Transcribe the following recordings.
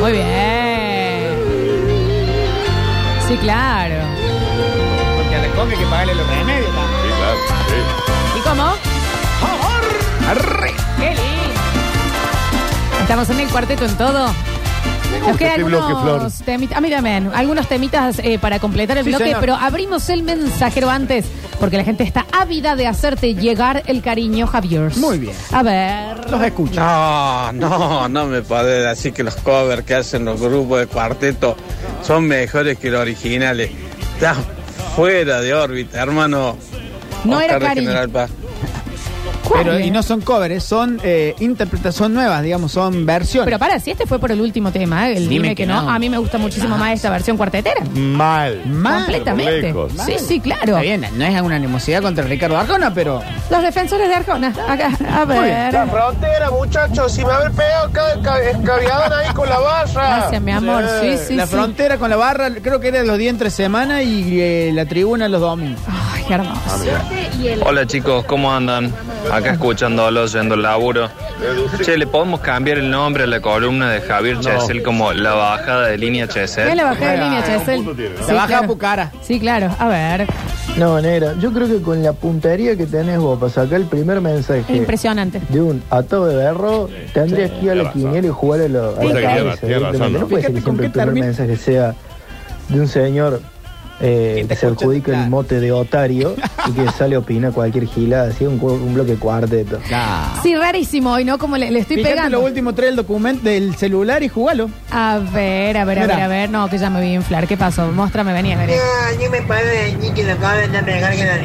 Muy bien. Sí, claro. Porque a la coca hay que pagarle los remedios. ¿no? Sí, claro, sí. ¿Y cómo? Arre. ¡Qué lindo! Estamos en el cuarteto en todo. Nos gusta quedan este bloque, algunos temitas. Ah, mira, men, algunos temitas eh, para completar el Sí, bloque, señor. pero abrimos el mensajero antes, porque la gente está ávida de hacerte llegar el cariño, Javier. Muy bien. A ver. Los escucho. No, no, no me podés decir que los covers que hacen los grupos de cuarteto son mejores que los originales. Estás fuera de órbita, hermano. No era de cariño. General Paz. ¿Cuál? Pero, y no son covers, son eh, interpretaciones nuevas, digamos, son versiones. Pero para, si este fue por el último tema, ¿eh? el dime, que, no. a mí me gusta muchísimo más esta versión cuartetera. Mal. Mal. Completamente. Lejos. Sí, sí, claro. Está bien, no es una animosidad contra Ricardo Arjona, pero Los defensores de Arjona. Acá, La a ver. frontera, muchachos, si me haber pegado acá escabiaban ahí con la barra. Gracias, mi amor. Sí, sí, eh, la sí. frontera con la barra creo que era los días entre semana y eh, la tribuna los domingos. Ay, qué Ah, hermoso. Hola chicos, ¿cómo andan? Acá escuchándolo, yendo al laburo. Che, ¿le podemos cambiar el nombre a la columna de Javier Chesel como la bajada de línea Mira Chesel? la bajada de Ah, línea, Chesel. punto tiene. Sí, La baja claro. a Pucara. Sí, claro. A ver. No, manera, yo creo que con la puntería que tenés vos para sacar el primer Es mensaje impresionante. de un atado de berro, tendrías que ir a tiene la razón. quiniela y jugar a, lo, a Tiene la razón, cabeza, tiene razón, evidentemente. ¿no? No puede ser que Fíjate con siempre qué el primer termina. mensaje sea de un señor eh, Que te que se escucha, adjudica claro. el mote de otario y que sale a opinar cualquier gila, así un, cu- un bloque cuarteto. Sí, rarísimo hoy, ¿no? Como le, le estoy Fíjate pegando. los últimos tres del documento del celular y jugalo. A ver, a ver, a Mira. ver, a ver. No, que ya me vi inflar. ¿Qué pasó? Muéstrame, venía, venía. Yo me puedo decir que la cabra está mejor que la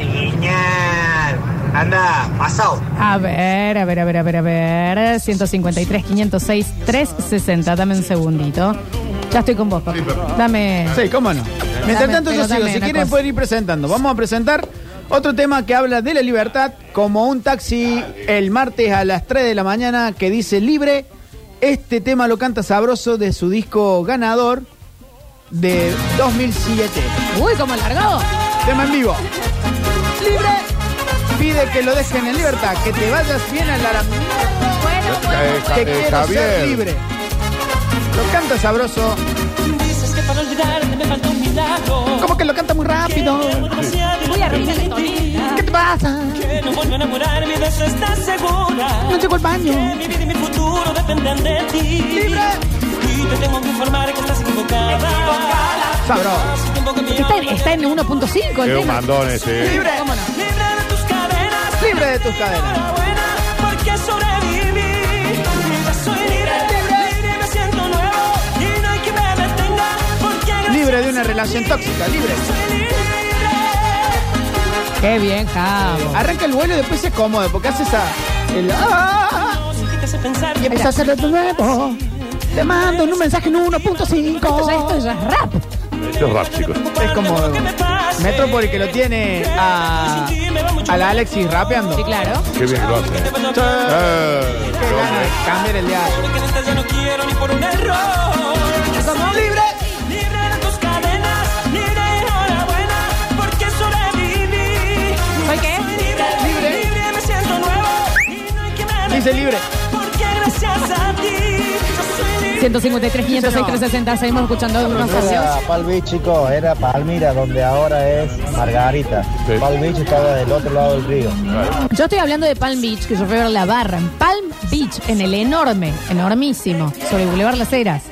niña. Anda, pasado. A ver, a ver, a ver, a ver, a ver. 153, 506, 360. Dame un segundito. Ya estoy con vos, papá. Dame. Sí, cómo no. Mientras Dame, tanto yo pero sigo, dame si una quieren cosa. pueden ir presentando. Vamos a presentar otro tema que habla de la libertad, como un taxi el martes a las 3 de la mañana que dice libre. Este tema lo canta Sabroso de su disco ganador de 2007. Uy, cómo largó. Tema en vivo. Libre. Pide que lo dejen en libertad, que te vayas bien a la... Bueno, bueno. Eh, Que eh, quiero ser Javier. libre. Lo canta Sabroso. Dices que para olvidarte me falta un milagro. Como que lo canta muy rápido. Muy arriba la tonita. ¿Qué te pasa? Que no vuelvo a enamorarme de eso estás segura. No llegó el Que baño. mi vida y mi futuro dependen de ti. Libre. Y te tengo que informar que estás equivocada. Sabroso. Hace tiempo que mi Está, alma está en 1.5 el Es un tema. mandón ese. Libre. ¿Cómo no? te- Libre de tus cadenas. Libre de tus cadenas. Enhorabuena, porque sobreviví. Y ya soy libre. Libre me siento nuevo. Y no hay que me detenga. Porque gracias Libre de una a ti relación tóxica. Libre. Soy libre. Qué bien, Javo. Arranca el vuelo y después se acomoda porque hace esa. El, ah, Si te hace pensar y que empieza a hacerlo de nuevo. Te mando en un mensaje en Esto ya, esto 1.5. ya es rap. Esto es rap, chicos. Es como Metrópoli que lo tiene a, a la Alexis rapeando. Sí, claro. Qué bien lo hace. Eh, Qué gana de cambiar el día. Porque neta ya no quiero ni por un error. Somos libres. Libre de tus cadenas, libre enhorabuena, porque sobreviví. ¿Soy qué? Libre, libre me siento nuevo. Y no hay que me Dice libre. detenga, Porque gracias a ti, yo soy libre. 153, 506, 360. Seguimos escuchando unos audios. Palví, chicos, era Palmira, donde ahora es Margarita. Sí. Ah. Palm Beach estaba del otro lado del río. Yo estoy hablando de Palm Beach, que yo fui a ver la barra. En Palm Beach, en el enorme, enormísimo, sobre Boulevard Las Heras.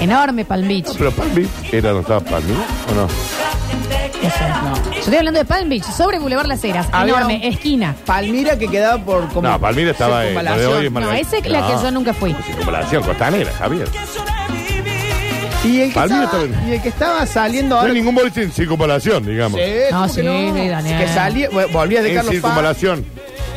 Enorme Palm Beach. no, pero Palmi era no estaba Palmi, ¿o no? Eso, no. Yo estoy hablando de Palm Beach, sobre Boulevard Las Heras. Había Enorme, un- esquina. Palmira que quedaba por como. No, Palmi estaba en la de hoy en circunvalación. No, Margarita. esa es la que yo nunca fui. Circunvalación, costanera, Javier. Y el que, Palmira estaba, estaba en- y el que estaba saliendo No ahora. hay ningún boliche en circunvalación, digamos. Sí, No, ¿cómo sí, que no? sí, Daniel. Que salía, bueno, volvías de En Carlos Paz. circunvalación.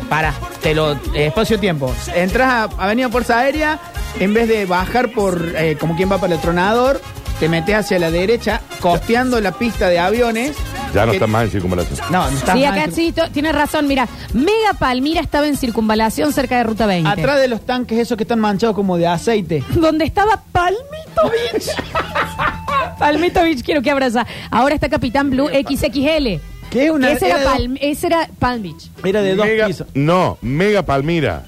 Para, te lo. eh, espacio-tiempo. Entras a Avenida Fuerza Aérea, en vez de bajar por. eh, como quien va para el tronador, te metes hacia la derecha, costeando la pista de aviones. Ya no Que- está más en circunvalación. No, no está Sí, mal. acá sí, to- tienes razón. Mira, Mega Palmira estaba en circunvalación cerca de Ruta 20. Atrás de los tanques esos que están manchados como de aceite. donde estaba Palmito Beach. Palmito Beach, quiero que abra ya. Ahora está Capitán Blue XXL. ¿Qué es una- ese, era era de- Palm, ese era Palm Beach. Era de dos Mega- pisos. No, Mega Palmira.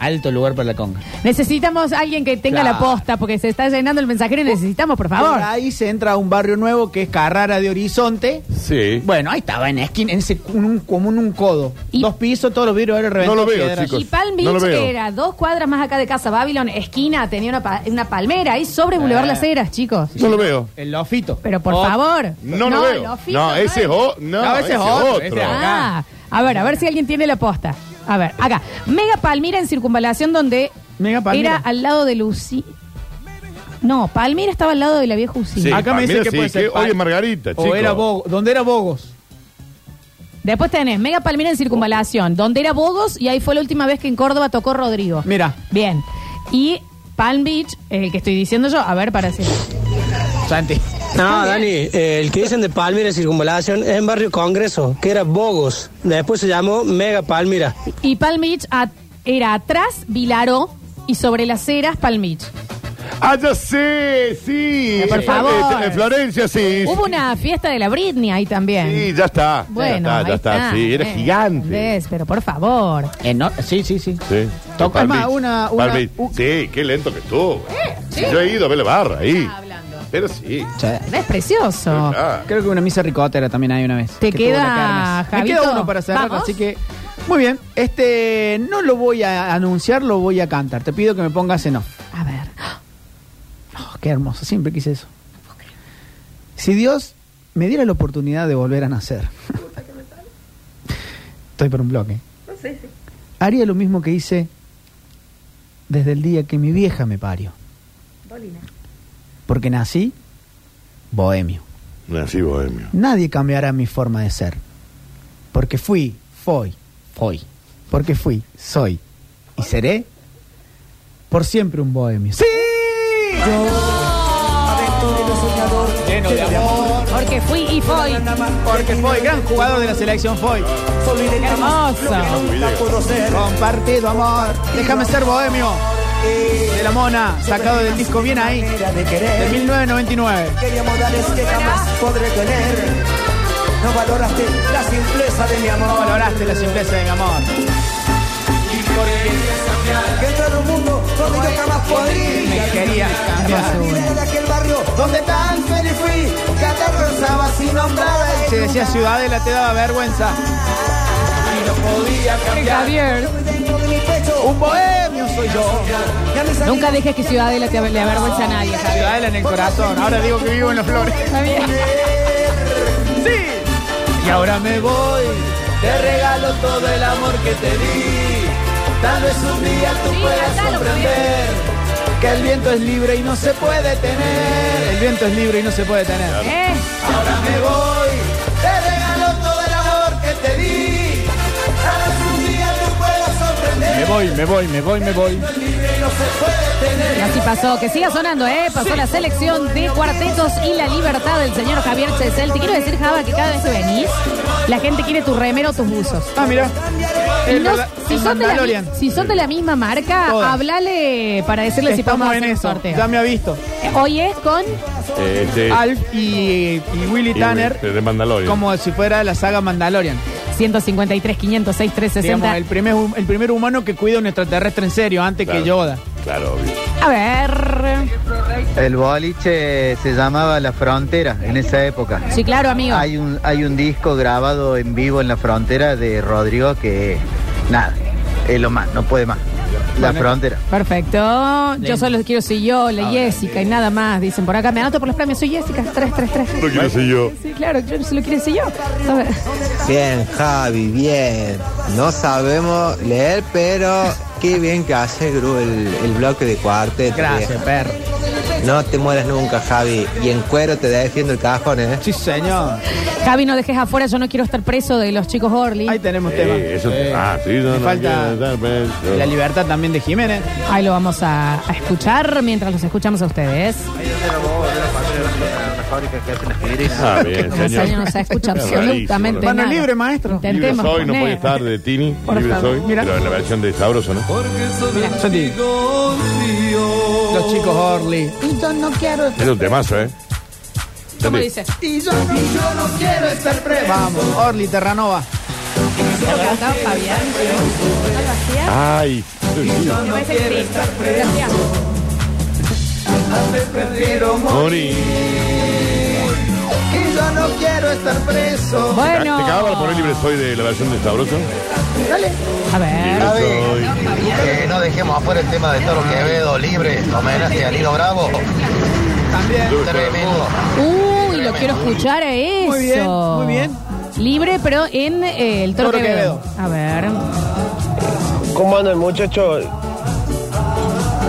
Alto lugar para la conga. Necesitamos a alguien que tenga Claro. la posta porque se está llenando el mensajero y necesitamos, por favor. Por ahí se entra a un barrio nuevo que es Carrara de Horizonte. Sí. Bueno, ahí estaba en la esquina, en ese, en un- como en un codo. Y- Dos pisos, todos los vidrios eran reventados. No lo veo, piedras. chicos. Y Palm No lo Beach veo. era dos cuadras más acá de casa Babylon, esquina, tenía una, pa- una palmera ahí sobre Boulevard Eh. Las Heras, chicos. No lo veo. El lofito. Pero por Oh, favor. No lo veo. Lofito, no, ese es o- no, ese es otro. ese es acá. Ah, a ver, a ver si alguien tiene la posta. A ver, acá. Mega Palmira en circunvalación donde Mega era Palmira. al lado de Lucy. No, Palmira estaba al lado de la vieja Ucina. Sí, Acá me dice Palmira que sí, puede ser. que hoy es Margarita, O chico. era Bogos. ¿Dónde era Bogos? Después tenés Mega Palmira en circunvalación, donde era Bogos y ahí fue la última vez que en Córdoba tocó Rodrigo. Mira. Bien. Y Palm Beach, el que estoy diciendo yo, a ver para si. Santi. No, Dani, eh, el que dicen de Palmira Circunvalación es en Barrio Congreso, que era Bogos. Después se llamó Mega Palmira. Y Palm Beach at- era atrás Vilaró y sobre las ceras Palm Beach. Ah, ya sé, sí. Por Eh, favor. eh, En Florencia, sí. Hubo una fiesta de la Britney ahí también. Sí, ya está. Bueno, ya está, ahí ya está. Sí, era eh, gigante. ¿Ves? Pero por favor. Eh, Eno- sí, sí, sí. Sí. Toca- Palm Es más, Beach. una- Palm una- Beach. u- Sí, qué lento que estuvo. Sí, Yo he ido a ver la barra ahí. Pero sí. Es precioso. Ah. Creo que una misa ricotera también hay una vez. Te que tuvo queda, la kermés. Me Javito, queda uno para cerrar, ¿vamos? así que. Muy bien. Este no lo voy a anunciar, lo voy a cantar. Te pido que me pongas en off. A ver. Oh, qué hermoso, siempre quise eso. Si Dios me diera la oportunidad de volver a nacer. Estoy por un bloque. Haría lo mismo que hice desde el día que mi vieja me parió. Porque nací bohemio. Nací bohemio. Nadie cambiará mi forma de ser. Porque fui, fui, fui. Porque fui, soy y seré por siempre un bohemio. ¡Sí! Lleno de amor. Porque fui y fui. Porque Foy, gran jugador de la selección Foy. Hermoso. Compartido amor. Déjame ser bohemio. De la mona, sacado del disco bien ahí. De 1999. este No valoraste la simpleza de mi amor. Me quería cambiar. ¿Dónde tan feliz fui? Que sin este nombrada. Se decía Ciudadela, te daba vergüenza. Y no podía cambiar. Javier. Un bohemio soy yo. Nunca dejes que Ciudadela te le avergüence a nadie, Javier. Ciudadela en el corazón. Ahora digo que vivo en las flores. Javier. Y ahora me voy. Te regalo todo el amor que te di. Tal vez un día tú Sí, ¿eh? puedas cantalo, comprender que el viento es libre y no se puede tener. El viento es libre y no se puede tener. Eh, Ahora me voy. Te regalo todo el amor que te di. Tal vez un día tú puedas comprender. Me voy, me voy, me voy, me voy. y así pasó. Que siga sonando, ¿eh? Pasó la selección de cuartetos y la libertad del señor Javier Chesel. Te quiero decir, Java, que cada vez que venís, la gente quiere tu remero o tus buzos. Ah, mira. Y El no- Manda- si, el son de la, Mandalorian. mi- si son de la misma marca, Todas. hablale para decirle si podemos Estamos en hacer un eso. sorteo. Ya me ha visto. Eh, Hoy es con. Este, Alf y, y Willy y este Tanner De Mandalorian. como si fuera la saga Mandalorian. 153, 506, Digamos, 360. el primer, hum- el primer humano que cuida un extraterrestre en serio antes Claro. que Yoda. Claro, obvio. A ver. El boliche se llamaba La Frontera en esa época. Sí, claro, amigo. Hay un, hay un disco grabado en vivo en La Frontera de Rodrigo que, nada, es lo más, no puede más. La Frontera. Perfecto. Yo solo quiero si yo, la Jessica y nada más. Dicen por acá, me anoto por los premios. Soy Jessica, 333. No quiero ser yo. Sí, claro, yo solo quiero si yo. A ver. Bien, Javi, bien. No sabemos leer, pero qué bien que hace Gru el, el bloque de cuarteto. Gracias, perro. viejo. No te mueras nunca, Javi. Y en cuero te defiendo el cajón, ¿eh? Sí, señor. Javi, no dejes afuera, yo no quiero estar preso de los chicos Orly. Ahí tenemos tema. Eh, eso, ah, sí, no, Me no falta quiero estar pues, preso. La libertad también de Jiménez. Ahí lo vamos a, a escuchar mientras los escuchamos a ustedes. Ah, bien, Como señor. no se escucha Es rarísimo, absolutamente ¿no? Mano nada. libre, maestro. Libre Intentemos. soy, no poner. puede estar de Tini. Por Libre favor. soy. Mira. Pero en la versión de Sabroso, ¿no? Santi. Los chicos Orly. Y yo no quiero. Es un temazo, ¿eh? ¿Cómo Santi. dice? Y yo, no quiero estar preso. Vamos, Orly Terranova. Lo cantaba Fabián. Ay, Me parece que sí. Gracias. Morí. Que yo no quiero estar preso. ¿Te Bueno. acababa de poner libre soy de la versión de Sabroso? Dale. A ver. Libre soy. Que no dejemos afuera el tema de Toro Quevedo, libre, homenaje a Nilo Bravo. Tremendo. Uy, lo quiero escuchar a eso. Muy bien, muy bien. Libre, pero en eh, el Toro Toro Quevedo. A ver. ¿Cómo andan muchachos?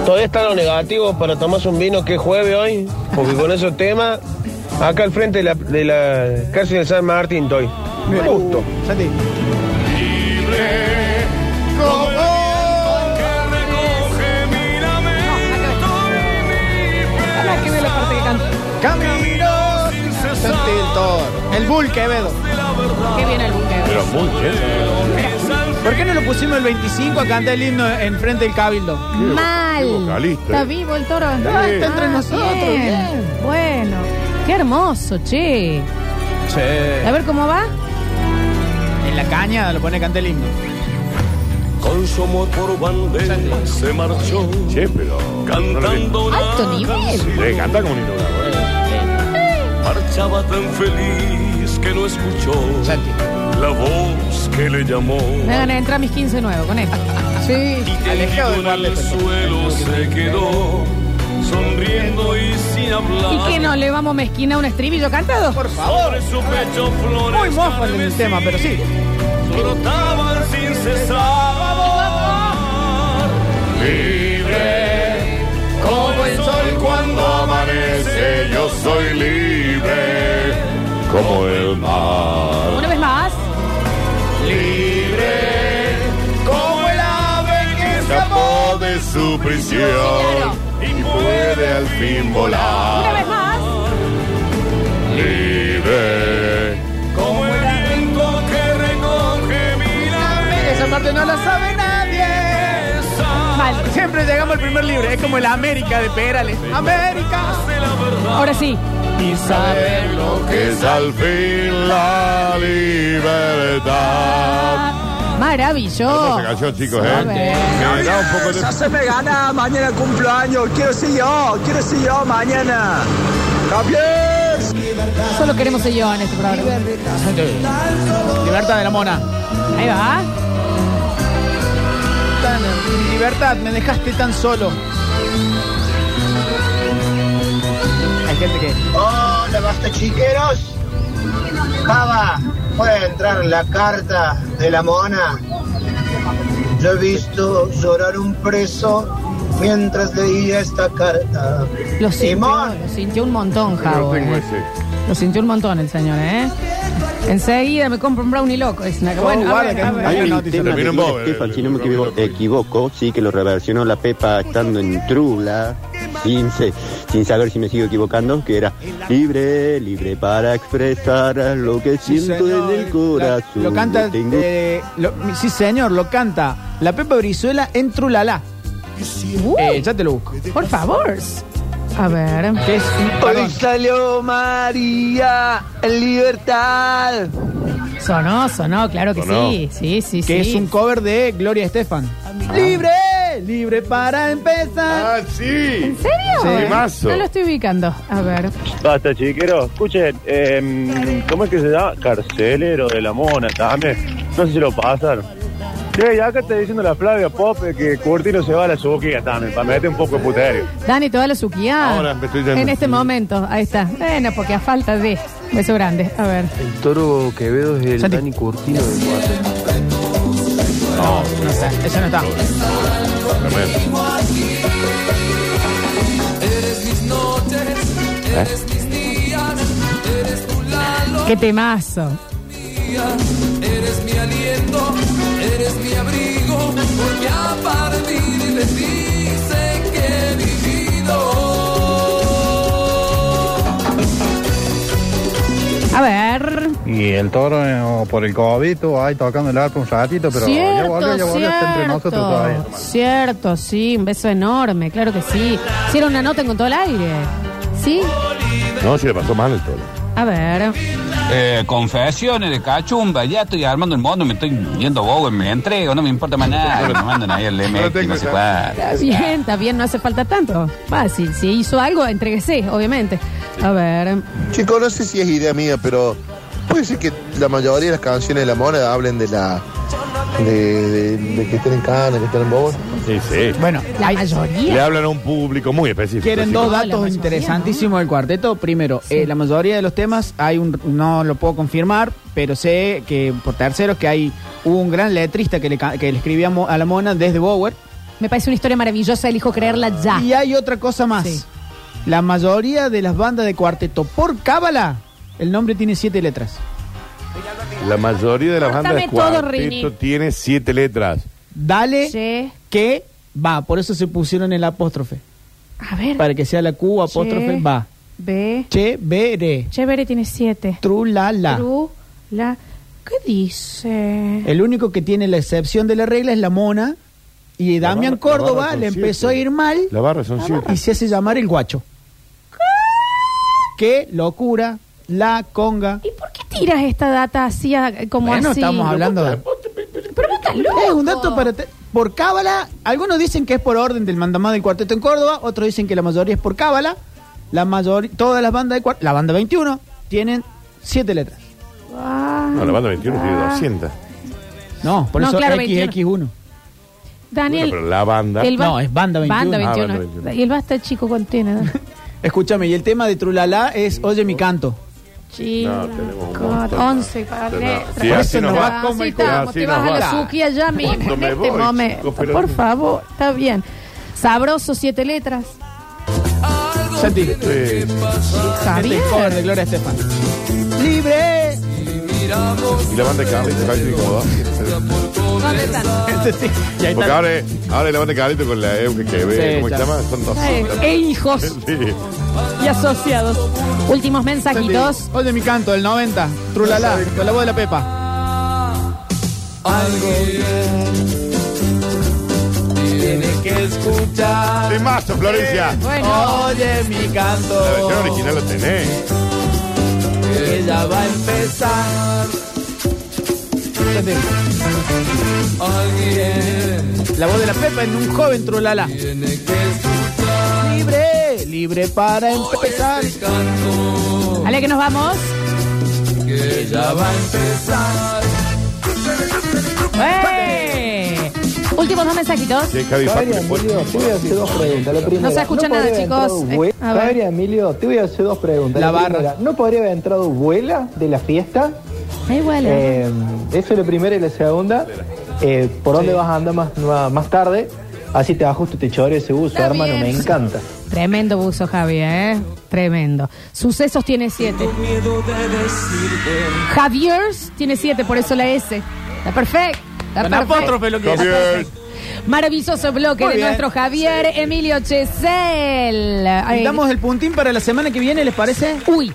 Todavía está lo negativo para tomarse un vino que es jueves hoy, porque con esos temas, acá al frente de la, de la cárcel de San Martín estoy. Bien. Justo. Santi. Ahora que veo la parte que canta. Camino sin Santi del Toro. El Bull Quevedo. Qué bien el buque. Pero muy bien. ¿Por qué no lo pusimos el 25 a cantar el himno en frente del Cabildo? qué Mal. vocalista, Está eh. vivo el toro. Ah, está entre nosotros, bien. Bueno. Qué hermoso, che. A ver cómo va. En la caña lo pone a cantar el himno. Con su amor por bandera se marchó Che, pero. cantando una Alto nivel. No le- Sí, canta como Nino Bravo, eh. Marchaba tan feliz que no escuchó Santi. la voz que le llamó. Me van a entrar mis 15 nuevos con esto. Sí. Y tendido en el pues. suelo se quedó, sonriendo y sin hablar. ¿Y que no le vamos mezquina un estribillo cantado? Por favor. Sobre su pecho flores Muy mofa el carmesí tema, pero sí. Brotaban sin cesar. Libre, como el sol cuando amanece, yo soy libre, como el mar. Una vez más. Libre, como el ave que escapó de su prisión y puede al fin Una vez volar. más. Libre, Como el viento que recoge mi Esa parte no la sabe nadie. Mal. Siempre llegamos al primer libre. Es como el América de Perales. América. Ahora sí. lo que es al fin la libertad. Maravilloso. Hermosa canción, chicos, ¿eh? A ver. Me da un poco de... se me gana, mañana cumpleaños, quiero ser yo, quiero ser yo mañana. ¡Campeón! Solo queremos ser yo en este programa. Libertad de la mona. Ahí va. Tan- Libertad, me dejaste tan solo. Hay gente que. Hola, basta chiqueros. Pava, puede entrar la carta de la mona. Yo he visto llorar un preso mientras leía esta carta. Lo sintió, Simón, lo sintió un montón, No Javo. tengo eh. ese. Lo sintió un montón el señor, ¿eh? Enseguida me compro un brownie loco. Es una... Bueno, a guarda ver, que a hay- ver. hay Hay una un noticia. tema de Termina en Gloria Bob, el- Estefan, si no el me equivo- Roberto. equivoco, sí, que lo reversionó la Pepa estando en Trubla, sin, se- sin saber si me sigo equivocando, que era libre, libre para expresar lo que Sí, siento señor. en el corazón. La- lo canta. Tengo- eh, lo- sí, señor, lo canta. La Pepa Brizuela en Trulalá. Uy, Eh, ya te lo busco. por favor. A ver. Que es un- hoy perdón. salió María en libertad. Sonó, sonó, claro que Sonó. sí. Sí, sí, que sí. es un cover de Gloria Estefan. Libre, libre para empezar. Ah, sí. ¿En serio? Sí. Temazo. No lo estoy ubicando. A ver. Basta, chiquero. Escuchen, eh, ¿cómo es que se llama? Carcelero de la mona, dame. No sé si lo pasan. Che, acá está diciendo la Flavia Pop eh, que Curtino se va a la suquía también, para meter un poco de puterio. Dani, toda la suquía. Ahora me estoy yendo. En este momento, ahí está. Bueno, porque a falta de. Beso grande. A ver. Toro Quevedo es el Santi. Dani Curtino de No, no está, esa no está. Tremendo. Qué temazo. A ver. Y el toro eh, por el COVID estuvo ahí tocando el arpa un ratito, pero ya volvió, ya cierto, volvió, está entre cierto. nosotros todavía. Cierto, sí. Un beso enorme, claro que sí. Hicieron una nota con todo el aire. ¿Sí? No, si le pasó mal el toro. A ver. Eh, confesiones de cachumba, ya estoy armando el mono, me estoy yendo bobo, me entrego, no me importa más nada, me mandan ahí el MX, no sé cuál. Está bien, está bien, no hace falta tanto. Fácil, si hizo algo, entréguese, obviamente. A ver. Chicos, no sé si es idea mía, pero puede ser que la mayoría de las canciones de la mona hablen de la. de, de- de que estén en cana, que estén en bobos. Sí, sí. Bueno, La mayoría. le hablan a un público muy específico. Pues Quieren dos chicos. datos interesantísimos del cuarteto. Primero, eh, la mayoría de los temas hay un, no lo puedo confirmar, pero sé que por terceros que hay hubo un gran letrista que le, ca- que le escribía a Mo- a la mona desde Bower. Me parece una historia maravillosa, elijo creerla ya. Y hay otra cosa más. La mayoría de las bandas de cuarteto por cábala, el nombre tiene siete letras. La mayoría de las bandas de Córtame todo, cuarteto Rini. tiene siete letras. Dale que va, por eso se pusieron el apóstrofe. A ver. Para que sea la Q apóstrofe Che. va. B. Che, bere. Chévere tiene siete. Trulala. Tru, la. ¿Qué dice? El único que tiene la excepción de la regla es la mona. Y Damián barra- la barra Córdoba con le empezó a ir mal La barra son siete. y se hace llamar el guacho. ¿Qué? locura! La conga. ¿Y por qué Tiras esta data así, a- como Bueno, así. estamos hablando de. Es un dato para. te- Por cábala, algunos dicen que es por orden del mandamás del cuarteto en Córdoba, otros dicen que la mayoría es por cábala. La mayor, todas las bandas de cuarteto, la banda 21, tienen siete letras. ah. No, la banda 21 tiene 200. No, por No, eso claro, 21. Daniel. Pero la banda. el ba- No, es banda 21. Banda Ah, 21. banda 21. Y el basta chico contiene. ¿no? Escúchame, y el tema de Trulalá es Oye mi canto. Chico. tenemos un montón. 11 para No, letra. si así nos va, Así como y estamos, como te así vas nos a la va. suquía ya mismo, ¿Cuándo en me este voy, chico? momento. Pero- Por favor, está bien. Sabroso, siete letras. Santi. Javier. Este cover de Gloria Estefan. ¡Libre! Y la banda de Carlitos también tiene como 200. ¿Dónde están? Este Y ahí Porque está. ahora, ahora la banda de Carlitos con la E, Euge que ve, Sí, ¿cómo se ya. llama? Son 200. Eh, E hijos Sí. y asociados. Últimos mensajitos. Oye mi canto, el 90. Trulalá, con la voz de la Pepa. Algo Tienes que escuchar. De más, Florencia. Bueno. Oye mi canto. La versión original la tenés. Ella va a empezar. La voz de la Pepa en un joven trulala. Libre, libre para empezar. Ale, que nos vamos. ¡Eh! Últimos dos mensajitos. Sí, Javi Facu le pone- Emilio, te voy a hacer dos preguntas. La primera, No se escucha nada, podría haber chicos. entrado Vue- Eh, a ver. Javier, Emilio, te voy a hacer dos preguntas. La barra. primera, ¿No podría haber entrado vuela de la fiesta? Ahí huele. Eh, eso es la primera y la segunda. eh, ¿Por dónde vas a andar más, más, más tarde? Así te bajo tu techador ese uso, Está hermano, bien. me encanta. Tremendo buzo, Javier, ¿eh? Tremendo. Sucesos tiene siete. Javier tiene siete, por eso la S. Está perfecto. Está Con perfecto. apóstrofe lo que es. Javier. Maravilloso bloque Muy de bien. nuestro Javier Emilio Chesel. Ay, Damos el puntín para la semana que viene, ¿les parece? Uy,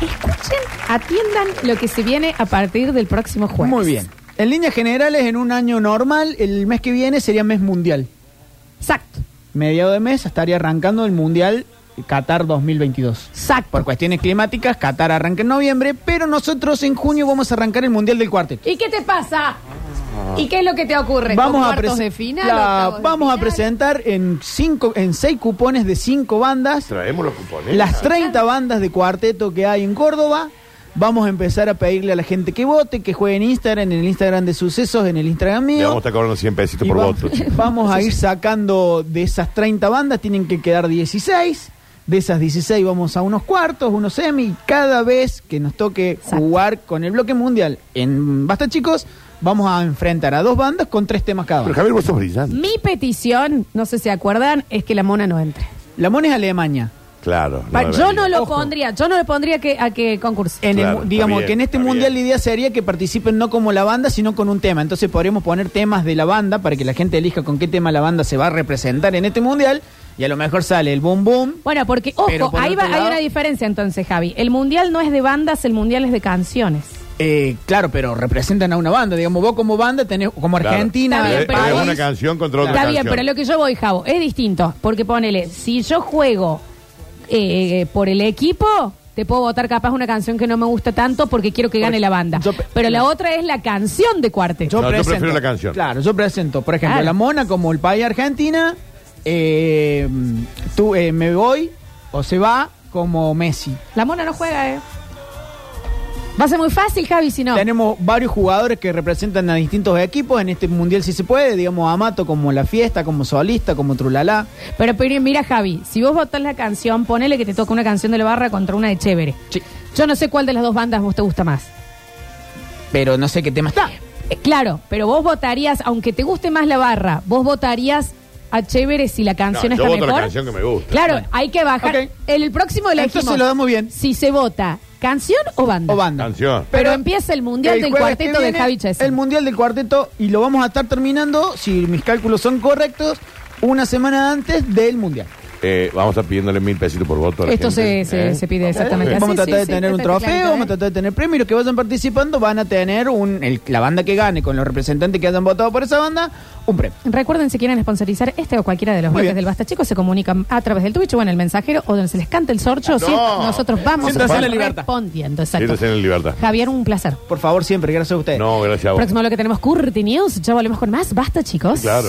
escuchen, atiendan lo que se viene a partir del próximo jueves. Muy bien. En líneas generales, en un año normal, el mes que viene sería mes mundial. Exacto, Mediado de mes estaría arrancando el mundial Qatar 2022. exacto. Por cuestiones climáticas, Qatar arranca en noviembre, pero nosotros en junio vamos a arrancar el mundial del cuarteto. ¿Y qué te pasa? ¿Y qué es lo que te ocurre? Vamos ¿Con a, cuartos presen- de final, la- octavos de vamos a final? presentar en cinco, en seis cupones de cinco bandas, Traemos los cupones. las 30 bandas de cuarteto que hay en Córdoba. Vamos a empezar a pedirle a la gente que vote, que juegue en Instagram, en el Instagram de sucesos, en el Instagram Le vamos a mío. estar cobrando 100 pesitos Y por va- voto. chicos. Vamos a ir sacando de esas 30 bandas, tienen que quedar 16. De esas 16 vamos a unos cuartos, unos semi. Y cada vez que nos toque jugar con el bloque mundial en Basta Chicos, vamos a enfrentar a dos bandas con tres temas cada Pero uno. Javier, vos sos brillante. Mi petición, no sé si acuerdan, es que la mona no entre. La Mona es Alemania. Claro. Pa- no yo no lo Ojo. Eh, pondría, yo no le pondría que, a que concurse. En el Claro, mu- está digamos bien, que en este está mundial bien. la idea sería que participen no como la banda, sino con un tema. Entonces podremos poner temas de la banda para que la gente elija con qué tema la banda se va a representar en este mundial. Y a lo mejor sale el boom boom. Bueno, porque, Pero ojo, por ahí otro va- hay lado- una diferencia entonces, Javi. El mundial no es de bandas, el mundial es de canciones. Eh, claro, pero representan a una banda. Digamos, vos como banda tenés, como Claro. Argentina. Está bien, Es- pero es vos- una canción contra otra Está bien, canción. pero lo que yo voy, Javo, es distinto. Porque ponele, si yo juego eh, por el equipo, te puedo votar capaz una canción que no me gusta tanto porque quiero que gane la banda. Pero la otra es la canción de cuarteto. Yo, presento- Claro, yo presento, por ejemplo, Claro. La Mona como el país Argentina, eh, tú, eh, me voy o se va como Messi. La mona no juega, ¿eh? Va a ser muy fácil, Javi, si no. Tenemos varios jugadores que representan a distintos equipos en este mundial si se puede, digamos Amato como La Fiesta, como solista, como Trulalá. Pero, pero mira, Javi, si vos votás la canción, ponele que te toca una canción de la barra contra una de Chévere. Yo no sé cuál de las dos bandas vos te gusta más. Pero no sé qué tema está. Eh, claro, pero vos votarías, aunque te guste más la barra, vos votarías a Chévere si la canción No, está yo voto mejor. la canción que me gusta. Claro, hay que bajar. El, el próximo elegimos. Entonces lo damos bien. Si se vota canción o banda. O banda. Canción. Pero, empieza el mundial El del jueves que cuarteto de viene, Javi Chesel. El mundial del cuarteto, y lo vamos a estar terminando, si mis cálculos son correctos, una semana antes del mundial. Eh, vamos a estar pidiéndole mil pesitos por voto. a la Esto se- gente, se- ¿eh? se pide exactamente así. Vamos a tratar sí, de sí, tener un está trofeo, clarito, vamos a tratar de tener premios. Los que vayan participando van a tener un, el- la banda que gane con los representantes que hayan votado por esa banda, un premio. Recuerden si quieren sponsorizar este o cualquiera de los bloques del Basta Chicos, se comunican a través del Twitch o en el mensajero o donde se les canta el sorcho. si es- nosotros vamos Siéntase en la libertad. respondiendo. Exacto. Eh, Siéntese en libertad. Javier, un placer. Por favor, siempre, gracias a ustedes. No, gracias a vos. Próximo lo que tenemos Curti News. Ya volvemos con más. Basta, chicos. Claro.